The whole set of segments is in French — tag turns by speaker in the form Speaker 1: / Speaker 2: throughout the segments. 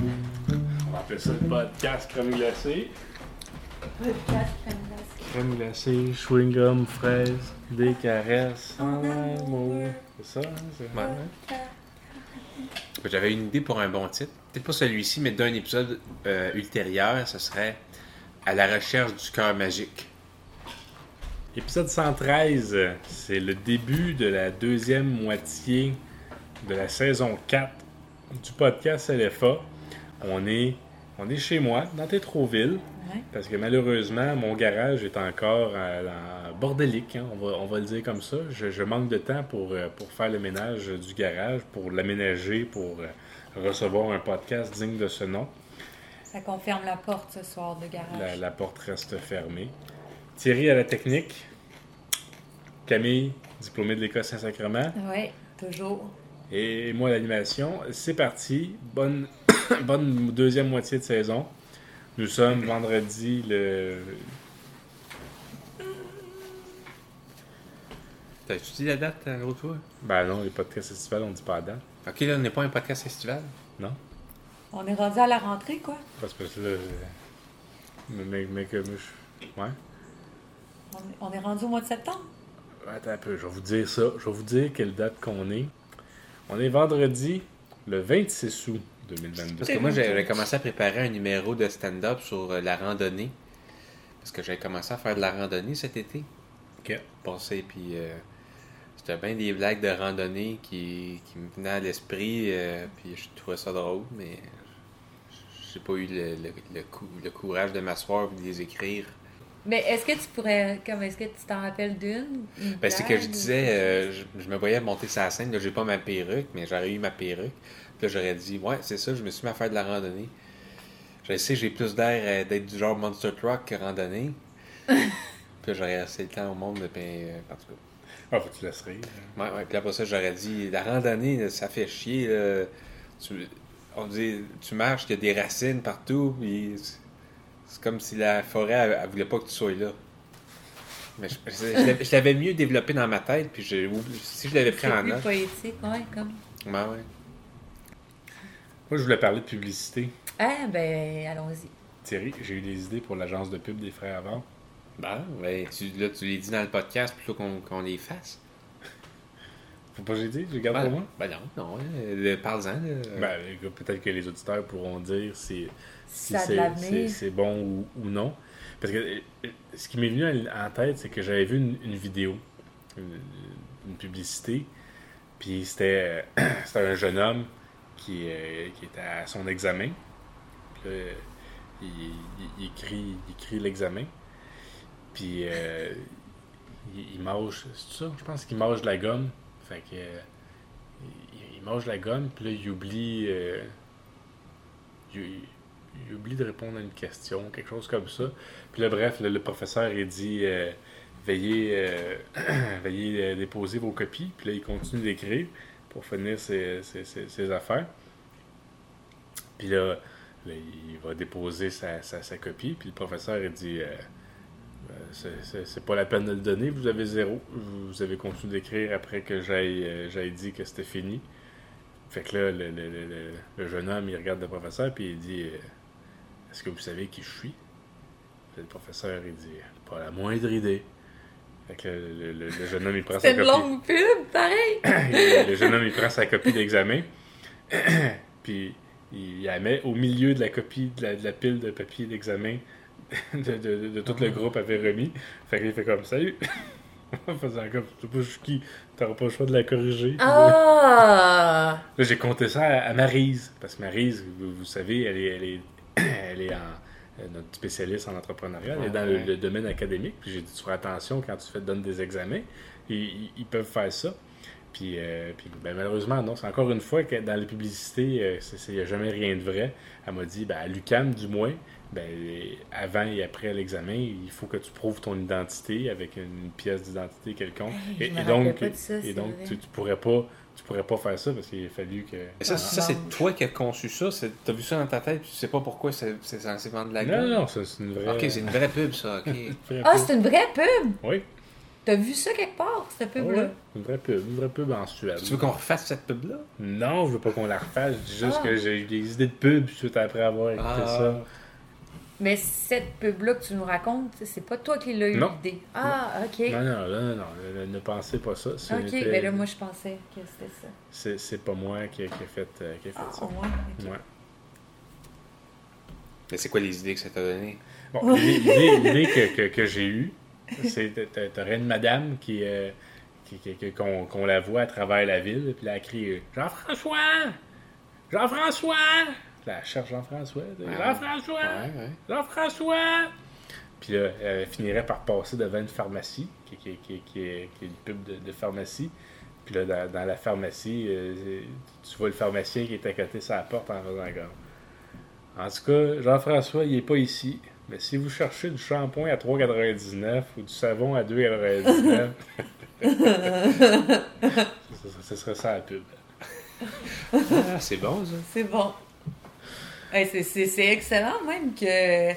Speaker 1: On appelle ça le podcast crème glacée. Crème glacée, chewing-gum, fraise, des caresses. Ah ouais, moi. C'est ça, hein, c'est ouais.
Speaker 2: J'avais une idée pour un bon titre. Peut-être pas celui-ci, mais d'un épisode euh, ultérieur, ce serait À la recherche du cœur magique.
Speaker 1: Épisode 113, c'est le début de la deuxième moitié de la saison 4 du podcast LFA. On est, on est chez moi, dans Tétroville,
Speaker 3: Ouais.
Speaker 1: parce que malheureusement, mon garage est encore euh, dans- bordélique, hein, on, va, on va le dire comme ça. Je, je manque de temps pour, euh, pour faire le ménage du garage, pour l'aménager, pour euh, recevoir un podcast digne de ce nom.
Speaker 3: Ça confirme la porte ce soir de garage.
Speaker 1: La, la porte reste fermée. Thierry à la technique. Camille, diplômée de l'École Saint-Sacrement.
Speaker 3: Oui, toujours.
Speaker 1: Et moi, à l'animation. C'est parti. Bonne, bonne deuxième moitié de saison. Nous sommes vendredi le.
Speaker 2: T'as-tu dit la date euh, l'autre fois?
Speaker 1: Ben non, les podcasts estivales, on dit pas date.
Speaker 2: Ok, là, on n'est pas un podcast festival.
Speaker 1: Non?
Speaker 3: On est rendu à la rentrée, quoi.
Speaker 1: Parce que là. je- Mais, mais, mais que. moi, je- Ouais.
Speaker 3: On, on est rendu au mois de septembre.
Speaker 1: Attends un peu, je vais vous dire ça. Je vais vous dire quelle date qu'on est. On est vendredi le 26 août 2022.
Speaker 2: Parce que moi, j'avais commencé à préparer un numéro de stand-up sur euh, la randonnée. Parce que j'avais commencé à faire de la randonnée cet été.
Speaker 1: Ok.
Speaker 2: Passé, puis euh, c'était bien des blagues de randonnée qui, qui me venaient à l'esprit. euh, puis je trouvais ça drôle, mais j'ai pas eu le, le, le cou- le courage de m'asseoir et de les écrire.
Speaker 3: Mais est-ce que tu pourrais, comme, est-ce que tu t'en rappelles d'une? Une
Speaker 2: Ben, c'est que
Speaker 3: blague?
Speaker 2: je disais, euh, je, je me voyais monter sa scène, là, j'ai pas ma perruque, mais j'aurais eu ma perruque. Puis là, j'aurais dit, ouais, c'est ça, je me suis mis à faire de la randonnée. Je sais, j'ai plus d'air euh, d'être du genre Monster Truck que randonnée. puis là, j'aurais assez le temps au monde, ben, euh, en tout cas.
Speaker 1: Ah, faut que tu laisses rire.
Speaker 2: Ouais, ouais, puis après ça, j'aurais dit, la randonnée, là, ça fait chier, là. Tu, on dit, tu marches, il y a des racines partout, puis c'est- c'est comme si la forêt, elle, elle voulait pas que tu sois là. Mais je, je- je l'avais- je l'avais mieux développé dans ma tête, puis j'ai oublié- si je l'avais
Speaker 1: euh,
Speaker 2: pris
Speaker 3: C'est
Speaker 2: en
Speaker 3: plus
Speaker 2: note.
Speaker 3: poétique, oui, comme.
Speaker 2: Ouais, ouais.
Speaker 1: Moi, je voulais parler de publicité.
Speaker 3: Ah, ben, allons-y.
Speaker 1: Thierry, j'ai eu des idées pour l'agence de pub des frères avant.
Speaker 2: Bon, ben, tu, là, tu les dis dans le podcast plutôt qu'on qu'on les fasse.
Speaker 1: Faut pas que je les dise, je les garde
Speaker 2: Ben,
Speaker 1: pour moi.
Speaker 2: ben non, non, hein, le- parle-en. là.
Speaker 1: Ben, les gars, peut-être que les auditeurs pourront dire si, si
Speaker 3: Si ça a
Speaker 1: c'est-
Speaker 3: de
Speaker 1: c'est
Speaker 3: l'avenir.
Speaker 1: c'est bon ou, ou non. Parce que euh, euh, ce qui m'est venu en en tête, c'est que j'avais vu une, une vidéo, une, une publicité, puis c'était euh, c'était un jeune homme qui, euh, qui était à son examen. Puis là, il, il- il écrit il écrit l'examen. Puis euh, il, il mange, c'est ça, je pense qu'il mange de la gomme. Fait que euh, il, il mange de la gomme, puis là, il oublie. euh, il, il oublie de répondre à une question, quelque chose comme ça. Puis là, bref, le, le professeur, il dit euh, Veuillez, euh, veuillez euh, déposer vos copies. Puis là, il continue d'écrire pour finir ses, ses- ses- ses affaires. Puis là, là, il va déposer sa, sa- sa copie. Puis le professeur, il dit euh, Euh, c'est- c'est c'est pas la peine de le donner, vous avez zéro. Vous avez continué d'écrire après que j'aille euh, j'aille dit que c'était fini. Fait que là, le, le- le- le- le jeune homme, il regarde le professeur, puis il dit euh, Est-ce que vous savez qui je suis Puis Le professeur, il dit Pas la moindre idée. Fait que le, le- le- le jeune homme, il prend sa
Speaker 3: C'est une
Speaker 1: copie.
Speaker 3: longue pub, pareil.
Speaker 1: le jeune homme, il prend sa copie d'examen, puis il la met au milieu de la copie, de la, de la pile de papier d'examen de, de- de- de tout le groupe avait remis. Fait qu'il fait comme « Salut! » En faisant comme « Je sais pas je suis qui, t'auras pas le choix de la corriger.
Speaker 3: Ah!
Speaker 1: Là, j'ai compté ça à, à Maryse, parce que Maryse, vous, vous savez, elle est, elle est, elle est en- euh, notre spécialiste en entrepreneuriat, elle est dans le,
Speaker 2: Ouais.
Speaker 1: le domaine académique. Puis j'ai dit, tu feras attention quand tu fais, donnes des examens, ils, ils- ils peuvent faire ça. Puis, euh, puis, ben, malheureusement, non, c'est encore une fois que dans la publicité, euh, c'est- c'est- il n'y a jamais rien de vrai. Elle m'a dit, ben, à l'UCAM du moins, ben, les- avant et après l'examen, il faut que tu prouves ton identité avec une, une pièce d'identité quelconque.
Speaker 3: Hey, je
Speaker 1: Et,
Speaker 3: me
Speaker 1: et
Speaker 3: rappelais
Speaker 1: donc,
Speaker 3: pas de ça, c'est
Speaker 1: et donc
Speaker 3: vrai.
Speaker 1: tu, tu pourrais pas, tu pourrais pas faire ça parce qu'il a fallu que.
Speaker 2: Mais Ça, ça, c'est
Speaker 3: mange.
Speaker 2: toi qui as conçu ça. c'est- T'as vu ça dans ta tête, tu sais pas pourquoi c'est c'est censé vendre de la
Speaker 1: Non,
Speaker 2: gueule.
Speaker 1: non, ça, c'est une vraie.
Speaker 2: Ok, c'est une vraie pub, ça, ok.
Speaker 1: une vraie
Speaker 3: Ah,
Speaker 1: pub.
Speaker 3: c'est une vraie pub!
Speaker 1: Oui,
Speaker 3: T'as vu ça quelque part, cette
Speaker 1: oui,
Speaker 3: pub-là?
Speaker 1: une vraie pub, une vraie pub en Suède.
Speaker 2: tu veux qu'on refasse cette pub-là?
Speaker 1: Non, je veux pas qu'on la refasse. Je dis juste
Speaker 3: Ah.
Speaker 1: que j'ai eu des idées de pub suite après avoir écouté
Speaker 2: Ah.
Speaker 1: ça.
Speaker 3: Mais cette pub-là que tu nous racontes, c'est pas toi qui l'as eu
Speaker 1: Non.
Speaker 3: l'idée. Ah, OK.
Speaker 1: Non, non, non, non, non, ne pensez pas ça. Ce
Speaker 3: OK,
Speaker 1: n'était-
Speaker 3: ben là, moi, je pensais que c'était ça.
Speaker 1: c'est, c'est pas moi qui, qui ai fait, euh, qui ai fait
Speaker 3: Ah,
Speaker 1: ça.
Speaker 3: ouais, ok.
Speaker 1: Ouais.
Speaker 2: Mais c'est quoi les idées que ça t'a données?
Speaker 1: Bon, l'idée- l'idée l'idée que, que, que j'ai eue, c'est t'a- t'a- t'aurais une madame qui, euh, qui- qui- qui- qu'on, qu'on la voit à travers la ville, puis là, elle crie euh, Jean-François Jean-François Puis là, elle cherche Jean-François. tu sais,
Speaker 2: Ouais.
Speaker 1: Jean-François
Speaker 2: ouais.
Speaker 1: Jean-François Puis là, elle finirait par passer devant une pharmacie, qui, qui, qui, qui est, qui est une pub de, de pharmacie. Puis là, dans, dans la pharmacie, euh, tu vois le pharmacien qui est à côté de sa porte en faisant comme. En tout cas, Jean-François, il n'est pas ici. Mais si vous cherchez du shampoing à 3,99 ou du savon à 2,99, ce serait- ce serait ça la pub.
Speaker 2: Ah, c'est bon, ça.
Speaker 3: C'est bon. Hey, c'est- c'est c'est excellent même que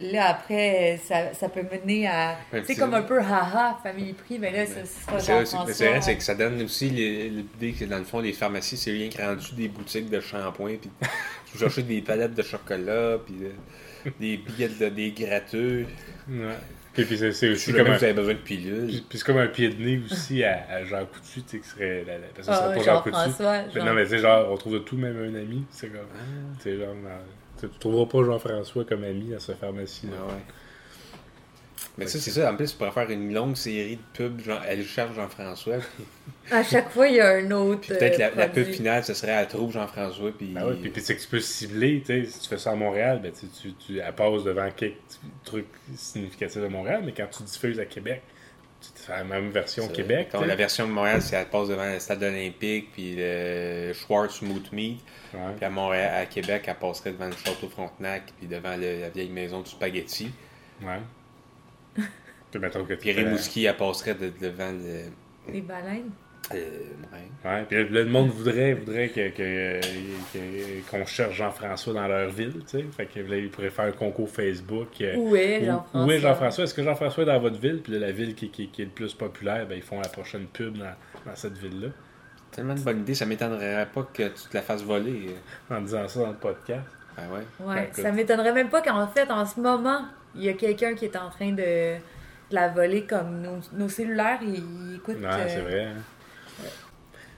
Speaker 3: là après ça, ça peut mener à
Speaker 2: Ouais,
Speaker 3: c'est
Speaker 2: c'est-
Speaker 3: comme un peu haha famille prix mais là ça- c'est pas
Speaker 2: Mais C'est vrai, c'est-
Speaker 3: Jean-François.
Speaker 2: mais c'est vrai, c'est que ça donne aussi les- l'idée que dans le fond, les pharmacies, c'est rien que rendu des boutiques de shampoing, puis tu chercher des palettes de chocolat, puis euh, des billettes de des gratteux.
Speaker 1: Ouais. Puis, puis c'est, c'est
Speaker 2: Je
Speaker 1: aussi
Speaker 2: sais
Speaker 1: comme
Speaker 2: comment
Speaker 1: un,
Speaker 2: vous avez besoin de
Speaker 1: puis-
Speaker 2: pilules.
Speaker 1: puis c'est comme un pied de nez aussi à, à Jean Coutu, tu sais, qui serait la, la- parce que
Speaker 3: Ah,
Speaker 1: c'est pas Jean Coutu.
Speaker 3: Jean-François.
Speaker 1: Mais
Speaker 3: Jean-
Speaker 1: non, mais tu sais, genre, on trouve de tout, même un ami. C'est comme.
Speaker 2: Ah,
Speaker 1: Tu sais, genre, dans- tu sais, tu trouveras pas Jean-François comme ami dans cette pharmacie.
Speaker 2: Ah ouais.
Speaker 1: là
Speaker 2: Mais ça, c'est ça. En plus, tu pourrais faire une longue série de pubs, genre, elle cherche Jean-François. Puis
Speaker 3: À chaque fois il y a un autre.
Speaker 2: peut-être la,
Speaker 3: euh,
Speaker 2: la pub
Speaker 3: produit.
Speaker 2: finale, ce serait à trouve Jean-François, Ben puis.
Speaker 1: Ah ouais, puis, puis c'est que tu peux cibler, tu sais, si tu fais ça à Montréal, ben, tu, tu, tu elle passe devant quelques trucs significatifs de Montréal, mais quand tu diffuses à Québec, tu te fais la même version
Speaker 2: C'est-
Speaker 1: Québec.
Speaker 2: mettons,
Speaker 1: tu sais.
Speaker 2: la version de Montréal, c'est elle passe devant le stade olympique, puis le Schwartz Moot Meat.
Speaker 1: Ouais.
Speaker 2: Puis à Montréal, à Québec, elle passerait devant le château Frontenac, puis devant le- la vieille maison du spaghetti.
Speaker 1: Ouais. Tu sais, mettons que tu
Speaker 2: Puis
Speaker 1: fais la-
Speaker 2: Rimouski, elle passerait de- devant le.
Speaker 3: Les baleines.
Speaker 2: euh, ouais.
Speaker 1: Ouais, puis là, le monde voudrait, voudrait que, que- que- qu'on cherche Jean-François dans leur ville, tu sais. Fait que là, ils pourraient faire un concours Facebook. euh,
Speaker 3: Où est
Speaker 1: Où-
Speaker 3: Jean-François?
Speaker 1: Où est Jean-François? Est-ce que Jean-François est dans votre ville? Puis là, la ville qui, qui- qui est le plus populaire, ben, ils font la prochaine pub dans, dans cette ville-là.
Speaker 2: Tellement de bonne idée, ça m'étonnerait pas que tu te la fasses voler.
Speaker 1: En disant ça dans le podcast.
Speaker 2: Ben ouais.
Speaker 1: Ben,
Speaker 3: Ouais,
Speaker 1: écoute.
Speaker 3: ça m'étonnerait même pas qu'en fait, en ce moment, il y a quelqu'un qui est en train de, de la voler comme nos, nos cellulaires, ils, ils écoutent.
Speaker 1: Non,
Speaker 3: euh, hmm.
Speaker 1: c'est vrai. hein.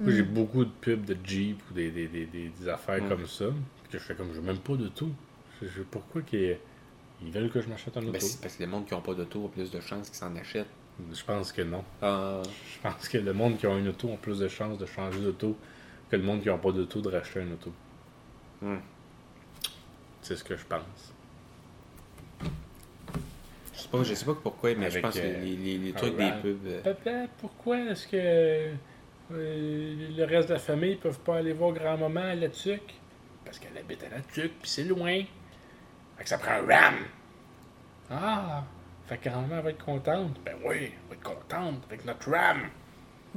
Speaker 1: Moi, j'ai beaucoup de pubs de Jeep ou des, des- des- des- des affaires
Speaker 2: Mm.
Speaker 1: comme ça. Que je fais comme je veux même pas de tout. Je- je- pourquoi qu'ils ils veulent que je m'achète un auto?
Speaker 2: Ben, c'est parce que les mondes qui n'ont pas d'auto ont plus de chances qu'ils s'en achètent.
Speaker 1: je pense que non.
Speaker 2: Ah,
Speaker 1: Je pense que le monde qui a une auto a plus de chances de changer d'auto que le monde qui n'a pas d'auto de racheter une auto.
Speaker 2: Hmm.
Speaker 1: C'est ce que je pense.
Speaker 2: je sais pas, je sais pas pourquoi, mais je
Speaker 1: Avec,
Speaker 2: pense que
Speaker 1: euh,
Speaker 2: les, les- les
Speaker 1: un
Speaker 2: trucs des
Speaker 1: rap.
Speaker 2: pubs. euh,
Speaker 1: Papa, pourquoi est-ce que euh, le reste de la famille ne peuvent pas aller voir grand-maman à la tuque? Parce qu'elle habite à la tuque, puis c'est loin. Fait que ça prend un RAM. Ah! Fait que grand-maman va être contente. Ben oui, elle va être contente avec notre RAM.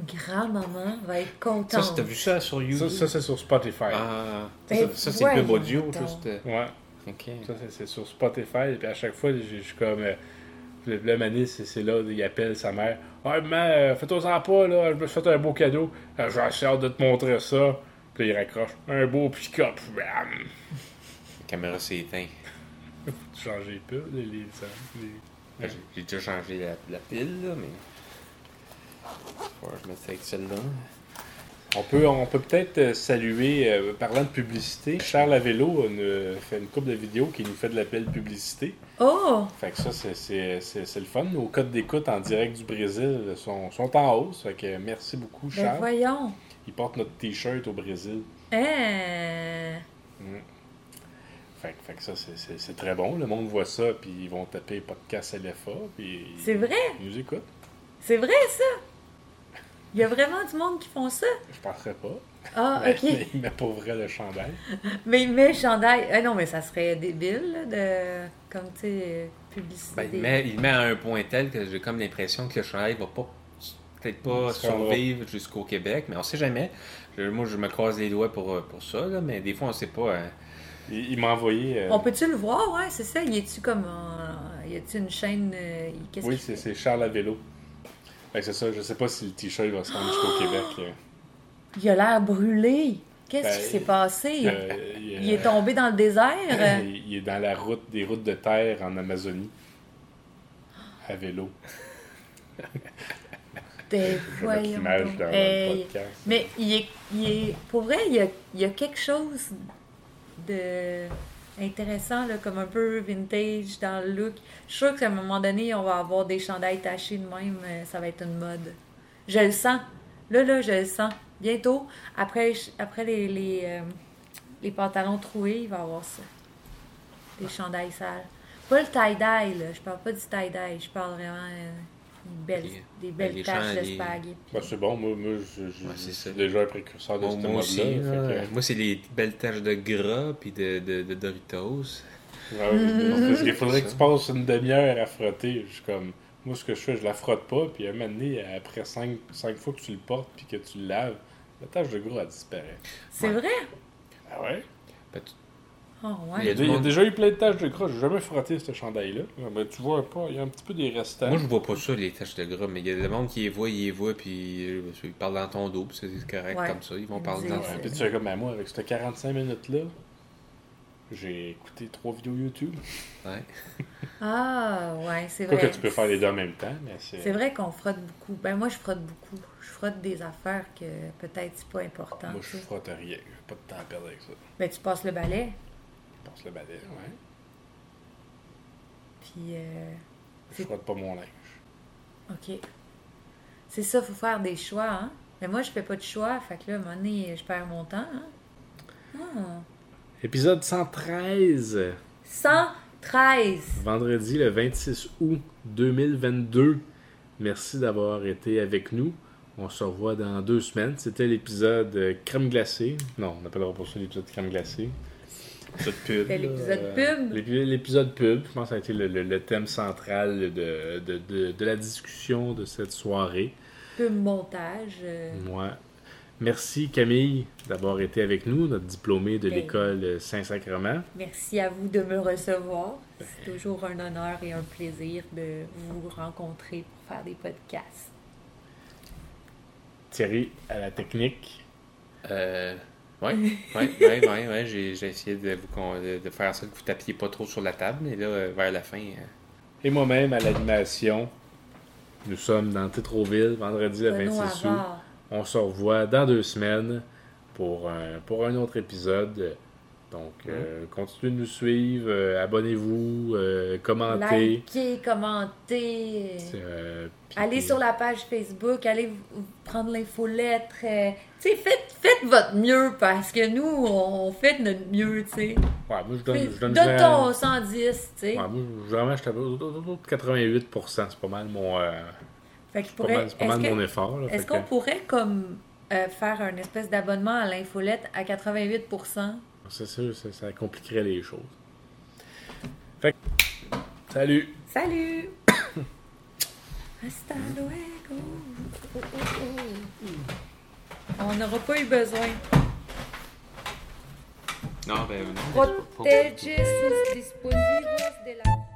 Speaker 3: Grand-maman va être
Speaker 2: Ça,
Speaker 3: contente.
Speaker 2: si t'as vu ça sur YouTube?
Speaker 1: Ça, ça, c'est sur Spotify.
Speaker 2: Ah,
Speaker 3: Ben,
Speaker 2: ça, ça, c'est le pub
Speaker 3: voyons
Speaker 2: audio,
Speaker 3: donc.
Speaker 2: juste. euh,
Speaker 1: Ouais,
Speaker 2: Ok.
Speaker 1: ça, c'est- c'est sur Spotify. Et puis à chaque fois, je je suis comme... euh, le le manis, c'est c'est là, il appelle sa mère. Ah, maman, euh, fais-toi-en pas, là, je me suis fait un beau cadeau. Euh, J'ai assez hâte de te montrer ça. Puis là, il raccroche. Un beau pick-up. Bam!
Speaker 2: La caméra s'est éteinte.
Speaker 1: changer pas les, les, les-
Speaker 2: J'ai- J'ai déjà changé la, la pile, là, mais. Faut que je mette ça avec celle-là.
Speaker 1: On peut on peut peut-être euh, saluer, euh, parlant de publicité, Charles Avello euh, fait une couple de vidéos qui nous fait de la belle publicité.
Speaker 3: Oh!
Speaker 1: Fait que ça, c'est- c'est c'est- c'est le fun. Nos codes d'écoute en direct du Brésil sont, sont en hausse. Fait que merci beaucoup,
Speaker 3: Ben
Speaker 1: Charles.
Speaker 3: voyons!
Speaker 1: Il porte notre T-shirt au Brésil.
Speaker 3: Hein?
Speaker 1: Fait, que- fait que ça, c'est- c'est c'est très bon. Le monde voit ça, puis ils vont taper podcast LFA, puis ils-
Speaker 3: C'est vrai?
Speaker 1: ils nous écoutent.
Speaker 3: C'est vrai ça? Il y a vraiment du monde qui font ça?
Speaker 1: Je penserais pas.
Speaker 3: Ah,
Speaker 1: Ben, Mais-
Speaker 3: ok.
Speaker 1: mais pour vrai, le chandail.
Speaker 3: Mais il met le chandail. Ah non, mais ça serait débile, là, de. Comme, tu sais, publicité.
Speaker 2: Ben, il, met, il met à un point tel que j'ai comme l'impression que le chandail va pas peut-être pas
Speaker 1: Mm, Ça va.
Speaker 2: survivre jusqu'au Québec, mais on sait jamais. Je- moi, je me croise les doigts pour, euh, pour ça, là, mais des fois, on sait pas. hein.
Speaker 1: Il, il m'a envoyé. euh,
Speaker 3: On peut-tu le voir, ouais, c'est ça? Y est-tu comme. en- Y a-tu une chaîne. euh, Qu'est-ce
Speaker 1: Oui,
Speaker 3: qu'il
Speaker 1: c'est
Speaker 3: fait?
Speaker 1: c'est Charles à vélo. Fait que c'est ça, je sais pas si le t-shirt va se rendre jusqu'au Québec.
Speaker 3: Il a l'air brûlé. Qu'est-ce
Speaker 1: Ben,
Speaker 3: qui s'est passé?
Speaker 1: Euh,
Speaker 3: Il est hein. tombé dans le désert?
Speaker 1: il- il est dans la route, des routes de terre en Amazonie. À vélo.
Speaker 3: Des
Speaker 1: Je vais mettre l'image dans le podcast.
Speaker 3: Mais il est, il est- pour vrai, il y a, il y a quelque chose de intéressant, là, comme un peu vintage dans le look. Je suis sûre qu'à un moment donné, on va avoir des chandails tachés de même. euh, Ça va être une mode. Je le sens. Là, là, je le sens. Bientôt, après, je- après les, les, euh, les pantalons troués, il va y avoir ça. Des chandails sales. Pas le tie-dye, là. Je parle pas du tie-dye. Je parle vraiment euh, une belle-
Speaker 2: Les-
Speaker 3: des belles
Speaker 2: Ben, les
Speaker 3: taches de
Speaker 2: chandails-
Speaker 3: spaghetti.
Speaker 1: Bah, c'est bon, moi, moi je, je-
Speaker 2: Ouais,
Speaker 1: je
Speaker 2: c'est
Speaker 1: suis
Speaker 2: ça.
Speaker 1: déjà un précurseur de
Speaker 2: Bon,
Speaker 1: ce
Speaker 2: moi
Speaker 1: mode-là.
Speaker 2: aussi,
Speaker 1: fait
Speaker 2: là, euh,
Speaker 1: que-
Speaker 2: moi, c'est les belles taches de gras puis de, de, de Doritos.
Speaker 1: Ah oui, donc, Parce qu'il faudrait
Speaker 2: Ça.
Speaker 1: que tu passes une demi-heure à frotter. Je suis comme, moi, ce que je fais, je la frotte pas, puis à un moment donné, après cinq, cinq fois que tu le portes puis que tu le laves, la tache de gros, elle disparaît.
Speaker 3: C'est
Speaker 2: Ouais.
Speaker 3: vrai?
Speaker 1: Ah ouais?
Speaker 2: Ben, tu-
Speaker 3: Oh,
Speaker 1: Il y, a
Speaker 3: ouais.
Speaker 2: du
Speaker 1: dé- il y a
Speaker 2: monde-
Speaker 1: déjà eu plein de taches de gras. J'ai jamais frotté ce chandail-là. Ah ben, tu vois pas, il y a un petit peu des restants.
Speaker 2: Moi, je vois pas ça, les taches de gras, mais il y a le monde qui les voit, ils les voient, puis euh, ils parlent dans ton dos, puis c'est c'est correct
Speaker 3: Ouais.
Speaker 2: comme ça. Ils vont
Speaker 3: Ils
Speaker 2: parler
Speaker 3: disent,
Speaker 2: dans
Speaker 1: Ouais,
Speaker 2: ton
Speaker 1: puis tu es comme, ben, moi, avec ces 45 minutes-là, j'ai écouté trois vidéos YouTube.
Speaker 2: Ouais.
Speaker 3: Ah, ouais, c'est
Speaker 1: Quoi
Speaker 3: vrai.
Speaker 1: que tu peux faire les deux en même temps, mais c'est...
Speaker 3: C'est vrai qu'on frotte beaucoup. Ben, moi, je frotte beaucoup. Je frotte des affaires que peut-être c'est pas important.
Speaker 1: Moi,
Speaker 3: tu
Speaker 1: je
Speaker 3: sais.
Speaker 1: frotte rien. J'ai Pas de temps à perdre avec ça.
Speaker 3: Ben, tu passes le balai,
Speaker 1: Je passe le balai, ouais.
Speaker 3: puis... euh,
Speaker 1: Je
Speaker 3: C'est-
Speaker 1: frotte pas mon linge.
Speaker 3: OK. C'est ça, faut faire des choix, hein? Mais moi, je fais pas de choix, fait que là, à un moment donné, je perds mon temps, hein? Ah.
Speaker 1: Épisode 113,
Speaker 3: 113!
Speaker 1: vendredi le 26 août 2022. Merci d'avoir été avec nous. On se revoit dans deux semaines. C'était l'épisode euh, crème glacée. Non, on n'appellera pas ça l'épisode crème glacée. L'épisode pub.
Speaker 3: C'était Ben, l'épisode
Speaker 1: là.
Speaker 3: pub.
Speaker 1: L'épi- L'épisode pub, je pense que ça a été le, le- le thème central de, de- de- de la discussion de cette soirée.
Speaker 3: Peu montage. euh,
Speaker 1: Moi. Merci Camille d'avoir été avec nous, notre diplômée de
Speaker 3: Ben.
Speaker 1: l'école Saint-Sacrement.
Speaker 3: Merci à vous de me recevoir.
Speaker 1: Ben.
Speaker 3: C'est toujours un honneur et un plaisir de vous rencontrer pour faire des podcasts.
Speaker 1: Thierry à la technique.
Speaker 2: Euh, ouais, ouais, ouais, ouais, ouais, j'ai, j'ai essayé de, vous, con- de, de faire ça, que vous tapiez pas trop sur la table, mais là, euh, vers la fin, euh,
Speaker 1: Et moi-même à l'animation. Nous sommes dans Tétroville, vendredi le
Speaker 3: Renaud
Speaker 1: 26 août.
Speaker 3: Havard.
Speaker 1: On se revoit dans deux semaines pour un, pour un autre épisode. Donc, euh, continuez de nous suivre, euh, abonnez-vous, euh, commentez.
Speaker 3: Likez, commentez.
Speaker 1: Euh, puis-
Speaker 3: Allez sur la page Facebook, allez v- v- prendre l'infolettre. euh, tu sais, faites, faites votre mieux parce que nous, on fait notre mieux, tu sais.
Speaker 1: Ouais, moi, je donne,
Speaker 3: Fais-
Speaker 1: je donne
Speaker 3: Donne
Speaker 1: vraiment-
Speaker 3: ton 110, tu sais.
Speaker 1: Ouais, moi, vraiment, je tape 88%. C'est pas mal mon, euh,
Speaker 3: Fait qu'il
Speaker 1: pas mal,
Speaker 3: pourrait-
Speaker 1: c'est pas mal
Speaker 3: est-ce que-
Speaker 1: mon effort. là.
Speaker 3: Est-ce
Speaker 1: Fait
Speaker 3: qu'on
Speaker 1: que
Speaker 3: pourrait comme euh, faire un espèce d'abonnement à l'infolette à 88
Speaker 1: C'est sûr, ça, ça compliquerait les choses. Fait que- Salut!
Speaker 3: Salut! Hasta luego! Oh, oh, oh, oh. On n'aura pas eu besoin.
Speaker 2: Non, ben non.
Speaker 3: Protege sus dispositivos de la...